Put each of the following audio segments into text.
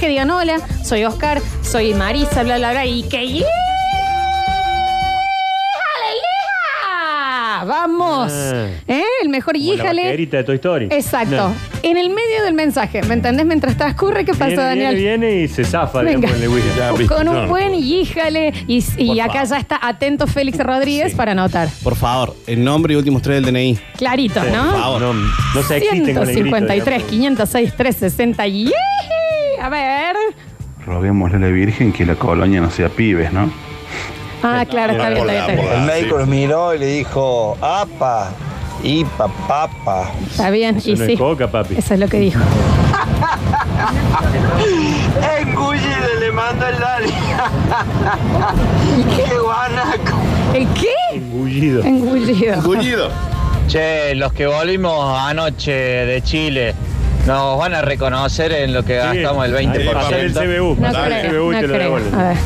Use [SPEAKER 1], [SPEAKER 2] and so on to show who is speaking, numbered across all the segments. [SPEAKER 1] que digan hola, soy Oscar, soy Marisa, bla, bla, bla, y que... ¡Yeah! ¡Hija! ¡Vamos!
[SPEAKER 2] Ah.
[SPEAKER 1] ¿Eh? El mejor
[SPEAKER 2] Como la
[SPEAKER 1] híjale.
[SPEAKER 2] vaquerita de Toy Story.
[SPEAKER 1] Exacto.
[SPEAKER 2] No.
[SPEAKER 1] En el medio del mensaje, ¿me entendés? Mientras transcurre, ¿qué pasa,
[SPEAKER 2] Viene,
[SPEAKER 1] Daniel?
[SPEAKER 2] viene, viene y se zafa,
[SPEAKER 1] Venga.
[SPEAKER 2] digamos, en el wiki.
[SPEAKER 3] Ya, viste,
[SPEAKER 1] Con
[SPEAKER 3] no,
[SPEAKER 1] un
[SPEAKER 3] no.
[SPEAKER 1] buen híjale. Y, y
[SPEAKER 3] Por
[SPEAKER 1] acá
[SPEAKER 3] favor.
[SPEAKER 1] ya está atento Félix Rodríguez
[SPEAKER 3] Sí.
[SPEAKER 1] para anotar.
[SPEAKER 3] Por favor, el nombre y últimos tres del DNI.
[SPEAKER 1] Clarito,
[SPEAKER 2] Sí,
[SPEAKER 1] ¿no?
[SPEAKER 2] por favor, No, no se existen con el grito,
[SPEAKER 1] 153,
[SPEAKER 2] digamos.
[SPEAKER 1] 506, 360. ¡Yee! A ver.
[SPEAKER 4] Roguémosle a la Virgen que la colonia no sea pibes, ¿no?
[SPEAKER 1] Ah, claro, está bien,
[SPEAKER 3] por
[SPEAKER 1] está bien, está
[SPEAKER 3] la-
[SPEAKER 1] bien.
[SPEAKER 3] por la-
[SPEAKER 5] El
[SPEAKER 3] Ah,
[SPEAKER 5] médico
[SPEAKER 3] sí.
[SPEAKER 5] los miró y le dijo, apa, ipa, papa.
[SPEAKER 1] Está bien,
[SPEAKER 2] Eso
[SPEAKER 1] y
[SPEAKER 2] no
[SPEAKER 1] sí.
[SPEAKER 2] es coca, papi.
[SPEAKER 1] Eso es lo que dijo.
[SPEAKER 5] Engullido le mando el Dani. ¡Qué guanaco!
[SPEAKER 1] ¿El qué?
[SPEAKER 2] Engullido.
[SPEAKER 1] Engullido.
[SPEAKER 3] Gullido.
[SPEAKER 6] Che, los que volvimos anoche de Chile, nos van a reconocer en lo que gastamos el
[SPEAKER 2] Ahí, pasale el
[SPEAKER 6] 20%.
[SPEAKER 2] CBU.
[SPEAKER 1] No
[SPEAKER 2] pasale el
[SPEAKER 1] creo,
[SPEAKER 2] CBU y
[SPEAKER 1] no
[SPEAKER 2] te lo
[SPEAKER 1] creo.
[SPEAKER 2] devuelven.
[SPEAKER 1] A ver.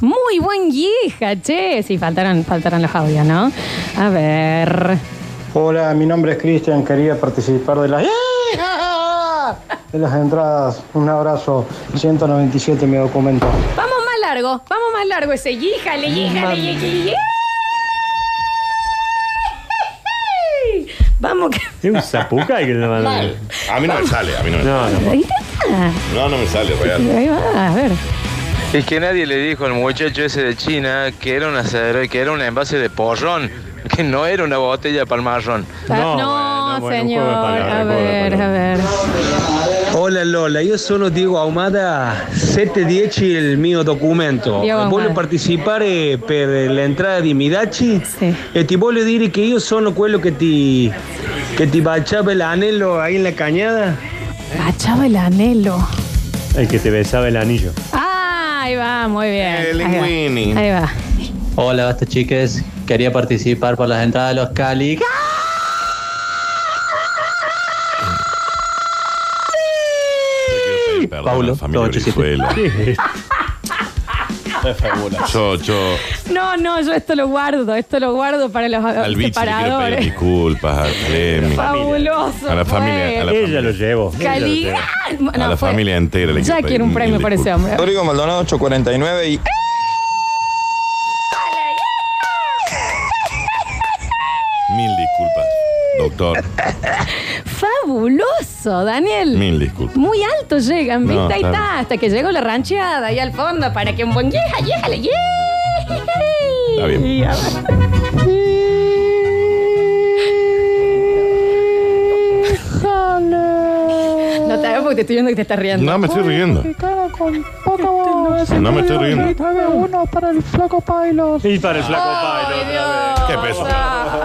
[SPEAKER 1] Muy buen guija, che. Sí, faltaron, faltaron los audios, ¿no? A ver.
[SPEAKER 7] Hola, mi nombre es Cristian, quería participar de las de las entradas. Un abrazo, 197 mi documento.
[SPEAKER 1] Vamos más largo, vamos más largo ese. Híjale, híjale, híjale. Vamos que.
[SPEAKER 2] Es un zapucay que le mandan.
[SPEAKER 3] A mí no me sale, a mí no me
[SPEAKER 2] No, no.
[SPEAKER 1] Ahí está.
[SPEAKER 3] No, no me sale, real.
[SPEAKER 1] Ahí va, a ver.
[SPEAKER 6] Es que nadie le dijo al muchacho ese de China que era un asadero, que era un envase de porrón, que no era una botella de palmarrón.
[SPEAKER 1] Ah,
[SPEAKER 2] No,
[SPEAKER 1] No,
[SPEAKER 2] bueno, bueno, un
[SPEAKER 1] señor.
[SPEAKER 2] juego de palabras,
[SPEAKER 1] a
[SPEAKER 2] un juego de
[SPEAKER 1] ver, a ver.
[SPEAKER 8] Hola Lola, yo solo Diego Ahumada, 710 y el mío documento.
[SPEAKER 1] Diego Ahumada.
[SPEAKER 8] Voglio partecipare eh, per l'entrata di Midaci
[SPEAKER 1] Sì.
[SPEAKER 8] e ti voglio dire che io sono quello che ti, che ti baciava l'anello ahí en la cañada.
[SPEAKER 1] Cachaba el anhelo.
[SPEAKER 2] El que te besaba el anillo.
[SPEAKER 1] Ah, ahí va, muy bien.
[SPEAKER 3] Eh,
[SPEAKER 1] Ahí
[SPEAKER 3] Linguini.
[SPEAKER 1] va. Ahí va.
[SPEAKER 9] Hola, basta chiques. Quería participar por las entradas de los Cali. Paulo,
[SPEAKER 3] Familia
[SPEAKER 9] 87.
[SPEAKER 3] Brizuela. Chocho,
[SPEAKER 1] No, no, yo esto lo guardo, esto lo guardo para los
[SPEAKER 3] al bicho le quiero pedir
[SPEAKER 1] separadores.
[SPEAKER 3] disculpas, a Clemi,
[SPEAKER 1] Fabuloso.
[SPEAKER 3] A la familia,
[SPEAKER 1] fue.
[SPEAKER 3] a la-
[SPEAKER 2] Ella lo llevó. ella lo
[SPEAKER 1] Cali-
[SPEAKER 2] llevó.
[SPEAKER 1] ¡Ah! No,
[SPEAKER 3] a la
[SPEAKER 1] fue-
[SPEAKER 3] familia entera. le
[SPEAKER 1] Ya
[SPEAKER 3] pedir
[SPEAKER 1] quiero un
[SPEAKER 3] mil
[SPEAKER 1] premio para ese
[SPEAKER 3] disculpas.
[SPEAKER 1] hombre.
[SPEAKER 5] Rodrigo Maldonado 849 y...
[SPEAKER 3] Mil disculpas, doctor.
[SPEAKER 1] Fabuloso, Daniel.
[SPEAKER 3] Mil disculpas.
[SPEAKER 1] Muy alto llegan, ¿viste?
[SPEAKER 3] No,
[SPEAKER 1] Ahí
[SPEAKER 3] claro.
[SPEAKER 1] está, hasta que llegó la rancheada ahí al fondo para que un buen yeah, yeah, yeah.
[SPEAKER 3] Está bien.
[SPEAKER 1] No te hagas porque te estoy viendo que te estás riendo.
[SPEAKER 3] No me estoy riendo. No me estoy riendo.
[SPEAKER 2] Y para el flaco
[SPEAKER 1] Ay,
[SPEAKER 2] Pablo.
[SPEAKER 1] Dios.
[SPEAKER 3] Qué peso.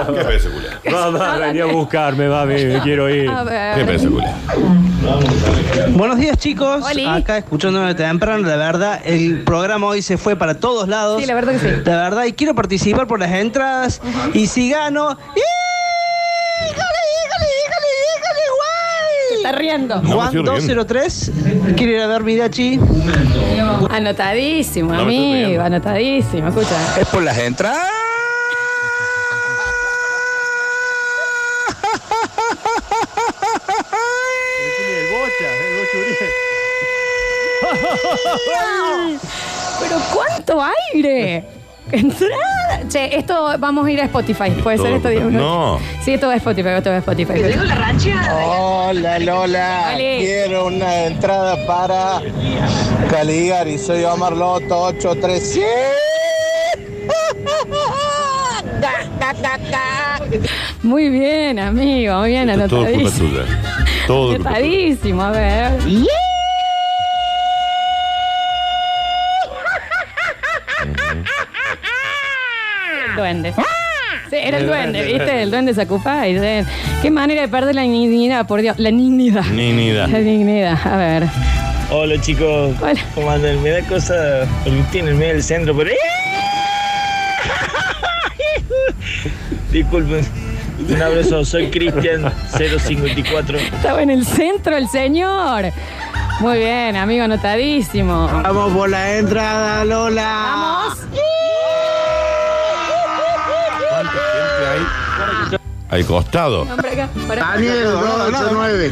[SPEAKER 3] Qué peso, Julia.
[SPEAKER 2] Mamá, venía a buscarme, mami, me quiero ir.
[SPEAKER 1] A
[SPEAKER 3] Qué
[SPEAKER 1] ver.
[SPEAKER 3] peso, Julia.
[SPEAKER 8] Buenos días chicos,
[SPEAKER 1] Oli.
[SPEAKER 8] acá escuchándome temprano, la verdad, el programa hoy se fue para todos lados.
[SPEAKER 1] Sí, la verdad que sí.
[SPEAKER 8] La verdad, y quiero participar por las entradas. Y si gano. ¡Híjole, híjole, híjole,
[SPEAKER 1] Está riendo.
[SPEAKER 3] No me
[SPEAKER 8] híjole,
[SPEAKER 3] estoy
[SPEAKER 8] guay! Juan
[SPEAKER 3] riendo.
[SPEAKER 8] 203, quiere ir a ver Midachi.
[SPEAKER 1] Anotadísimo,
[SPEAKER 3] No me estoy
[SPEAKER 1] amigo,
[SPEAKER 3] riendo.
[SPEAKER 1] anotadísimo. Escucha.
[SPEAKER 5] Es por las entradas.
[SPEAKER 2] El bocha, el bocha Uriel.
[SPEAKER 1] Pero cuánto aire. Entrada. Che, esto vamos a ir a Spotify. Puede ser esto.
[SPEAKER 3] Todo- No.
[SPEAKER 1] Sí, esto va a Spotify, esto va a Spotify. Hola,
[SPEAKER 5] Hola Lola,
[SPEAKER 1] Vale.
[SPEAKER 5] quiero una entrada para Caligari, soy Omar Loto 837.
[SPEAKER 1] Muy bien, amigo. Muy bien,
[SPEAKER 3] Esto es Todo culpa
[SPEAKER 1] anotadísimo.
[SPEAKER 3] tuya. Todo culpa tuya.
[SPEAKER 1] Anotadísimo, a ver. El duende. Sí, era el duende, ¿viste? El duende se ocupa y dice, Qué manera de perder la dignidad, por Dios. La dignidad.
[SPEAKER 3] Ninidad.
[SPEAKER 1] La dignidad, a ver.
[SPEAKER 8] Hola chicos,
[SPEAKER 1] Hola.
[SPEAKER 8] ¿cómo andan? Me da cosa el en el medio del centro, pero. ¡eh! Disculpen. Un abrazo, soy Cristian 054.
[SPEAKER 1] Estaba en el centro el señor. Muy bien, amigo, anotadísimo.
[SPEAKER 8] Vamos por la entrada, Lola.
[SPEAKER 1] Vamos.
[SPEAKER 3] al costado.
[SPEAKER 1] Hombre, acá, pará.
[SPEAKER 5] Daniel 289.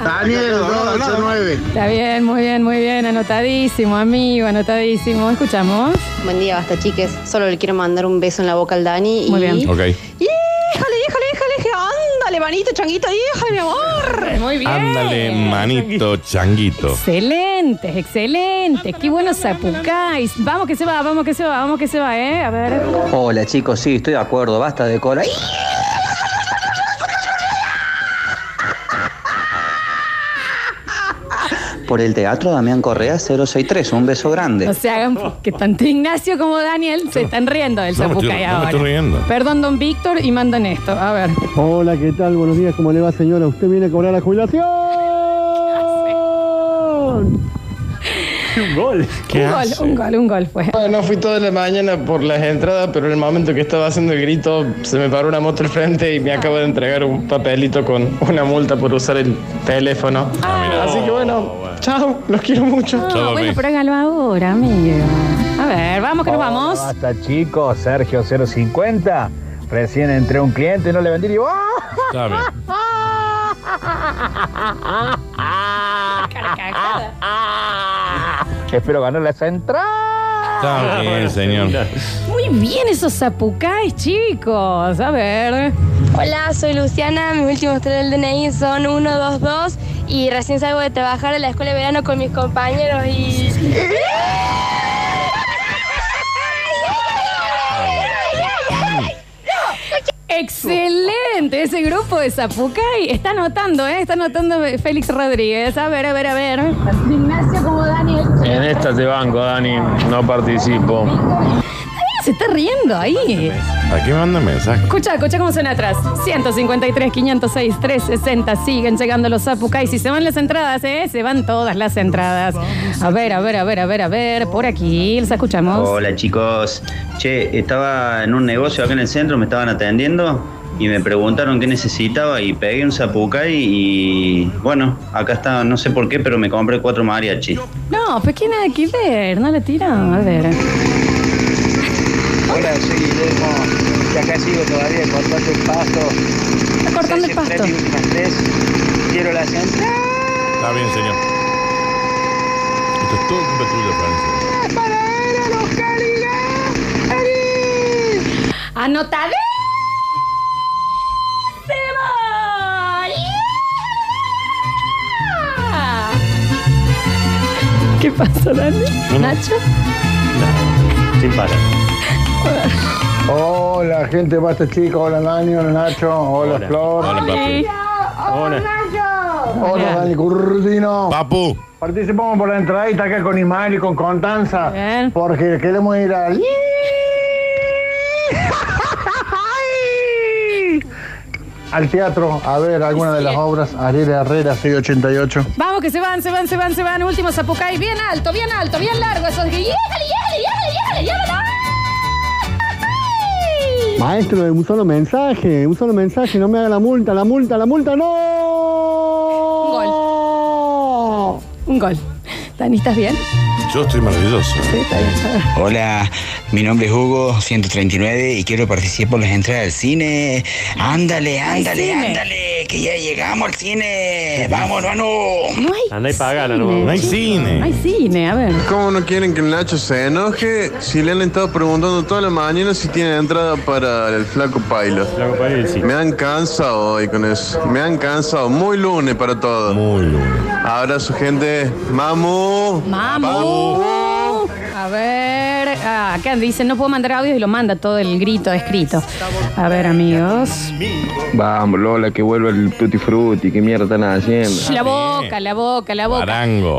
[SPEAKER 5] Daniel 289.
[SPEAKER 1] Está bien, muy bien, muy bien. Anotadísimo, amigo, anotadísimo. Escuchamos.
[SPEAKER 10] Buen día, basta chiques. Solo le quiero mandar un beso en la boca al Dani.
[SPEAKER 1] Muy
[SPEAKER 10] y...
[SPEAKER 1] bien.
[SPEAKER 3] Ok.
[SPEAKER 10] ¡Híjole, híjole, híjole! ¡Ándale, manito, changuito! ¡Híjole, mi amor!
[SPEAKER 1] Muy bien.
[SPEAKER 3] Ándale, manito, changuito.
[SPEAKER 1] Excelentes, excelentes. Qué buenos zapucáis. Vamos que se va, vamos que se va, vamos que se va, ¿eh? A ver.
[SPEAKER 8] Hola chicos, sí, estoy de acuerdo, basta de cola. ¡Eh! Por el teatro Damián Correa 063, un beso grande.
[SPEAKER 1] No se hagan que tanto Ignacio como Daniel se están riendo del
[SPEAKER 3] No me estoy-
[SPEAKER 1] zapucay
[SPEAKER 3] no me
[SPEAKER 1] ahora.
[SPEAKER 3] estoy riendo.
[SPEAKER 1] Perdón, don Víctor, y mandan esto. A ver.
[SPEAKER 7] Hola, ¿qué tal? Buenos días, ¿cómo le va, señora? ¿Usted viene a cobrar la jubilación?
[SPEAKER 2] Un gol.
[SPEAKER 3] ¿Qué
[SPEAKER 1] un
[SPEAKER 3] hace?
[SPEAKER 1] gol, un gol, un gol fue.
[SPEAKER 5] No fui toda la mañana por las entradas, pero en el momento que estaba haciendo el grito, se me paró una moto al frente y me acabo de entregar un papelito con una multa por usar el teléfono. Así que bueno, chao, los quiero mucho.
[SPEAKER 1] Ah,
[SPEAKER 3] Todo
[SPEAKER 1] bueno,
[SPEAKER 3] bien.
[SPEAKER 1] pero hágalo ahora, amigo. A ver, vamos que nos vamos.
[SPEAKER 7] Hasta chicos, Sergio 050. Recién entré un cliente y no le vendí. digo, ¡ah!
[SPEAKER 3] Está bien.
[SPEAKER 1] Carcajada.
[SPEAKER 7] Espero ganar las entradas.
[SPEAKER 3] Está bien, señor.
[SPEAKER 1] Muy bien esos zapucáis, chicos. A ver.
[SPEAKER 10] Hola, soy Luciana. Mis últimos tres del DNI son 122 y recién salgo de trabajar en la escuela de verano con mis compañeros y...
[SPEAKER 1] Excelente, ese grupo de Zapucay. Está anotando, ¿eh? Está anotando Félix Rodríguez. A ver, a ver, a ver. Ignacio como Daniel.
[SPEAKER 5] En esta te banco, Dani, no participo.
[SPEAKER 1] Se está riendo ahí.
[SPEAKER 3] ¿A qué manda mensaje?
[SPEAKER 1] Escucha, escucha cómo suena atrás. 153, 506, 360. Siguen llegando los Zapucay. Si se van las entradas, ¿eh? Se van todas las entradas. A ver, a ver, a ver, a ver, a ver. Por aquí, ¿los escuchamos?
[SPEAKER 8] Hola chicos, che, estaba en un negocio acá en el centro, me estaban atendiendo y me preguntaron qué necesitaba y pegué un zapucay y bueno, acá está, no sé por qué, pero me compré cuatro mariachi.
[SPEAKER 1] No, pues que nada que ver. No la tiran. A ver.
[SPEAKER 7] Hola, soy Guillermo. Y acá sigo todavía cortando el pasto.
[SPEAKER 1] Está cortando el pasto.
[SPEAKER 7] Quiero las entradas.
[SPEAKER 3] Está bien, señor. Esto es todo culpa tuya, Florencia.
[SPEAKER 1] ¡Anotadísimo! ¡Yeah! ¿Qué pasó, Dani? ¿Nacho?
[SPEAKER 2] Sin parar.
[SPEAKER 7] Hola, gente, basta chicos. Hola, Dani, hola, Nacho. Hola,
[SPEAKER 2] Hola.
[SPEAKER 7] Flor.
[SPEAKER 3] Hola,
[SPEAKER 1] Sí.
[SPEAKER 3] papi.
[SPEAKER 2] Hola.
[SPEAKER 7] Hola, Dani Curtino.
[SPEAKER 3] Papu.
[SPEAKER 7] Participamos por la entradita acá con Ismael y con Constanza.
[SPEAKER 1] Bien.
[SPEAKER 7] Porque queremos ir al. Al teatro, a ver alguna de las obras. Ariel Herrera, 688.
[SPEAKER 1] Vamos que se van, se van, se van, se van. Último zapucay. Bien alto, bien alto, bien largo. Esos que... ¡Lléjale, lléjale, lléjale, lléjale!
[SPEAKER 7] Maestro, un solo mensaje, un solo mensaje, no me haga la multa, la multa, la multa,
[SPEAKER 1] Un
[SPEAKER 7] no.
[SPEAKER 1] gol, un gol. Dani, ¿estás bien?
[SPEAKER 3] Yo estoy maravilloso.
[SPEAKER 8] Hola, mi nombre es Hugo 139 y quiero participar por las entradas al cine. Ándale, ándale,
[SPEAKER 1] cine.
[SPEAKER 8] ándale, que ya llegamos al cine. Vamos, vamos.
[SPEAKER 1] No hay
[SPEAKER 2] Andá y pagala, no.
[SPEAKER 1] cine,
[SPEAKER 3] No hay
[SPEAKER 1] chicos.
[SPEAKER 3] cine.
[SPEAKER 1] No hay cine, a ver.
[SPEAKER 5] ¿Cómo no quieren que el Nacho se enoje si le han estado preguntando toda la mañana si tiene entrada para el flaco Pailo?
[SPEAKER 2] La compañía del cine.
[SPEAKER 5] Me han cansado hoy con eso. Me han cansado. Muy lunes para todo.
[SPEAKER 3] Muy lunes.
[SPEAKER 5] Abrazo, gente. Mamu.
[SPEAKER 1] Mamu. A ver, ah, acá dicen, no puedo mandar audio y lo manda todo el grito escrito. A ver, amigos.
[SPEAKER 5] Vamos, Lola, que vuelva el Tutti Frutti. ¿Qué mierda están haciendo?
[SPEAKER 1] Sh, La boca, la boca, la boca.
[SPEAKER 3] Parango.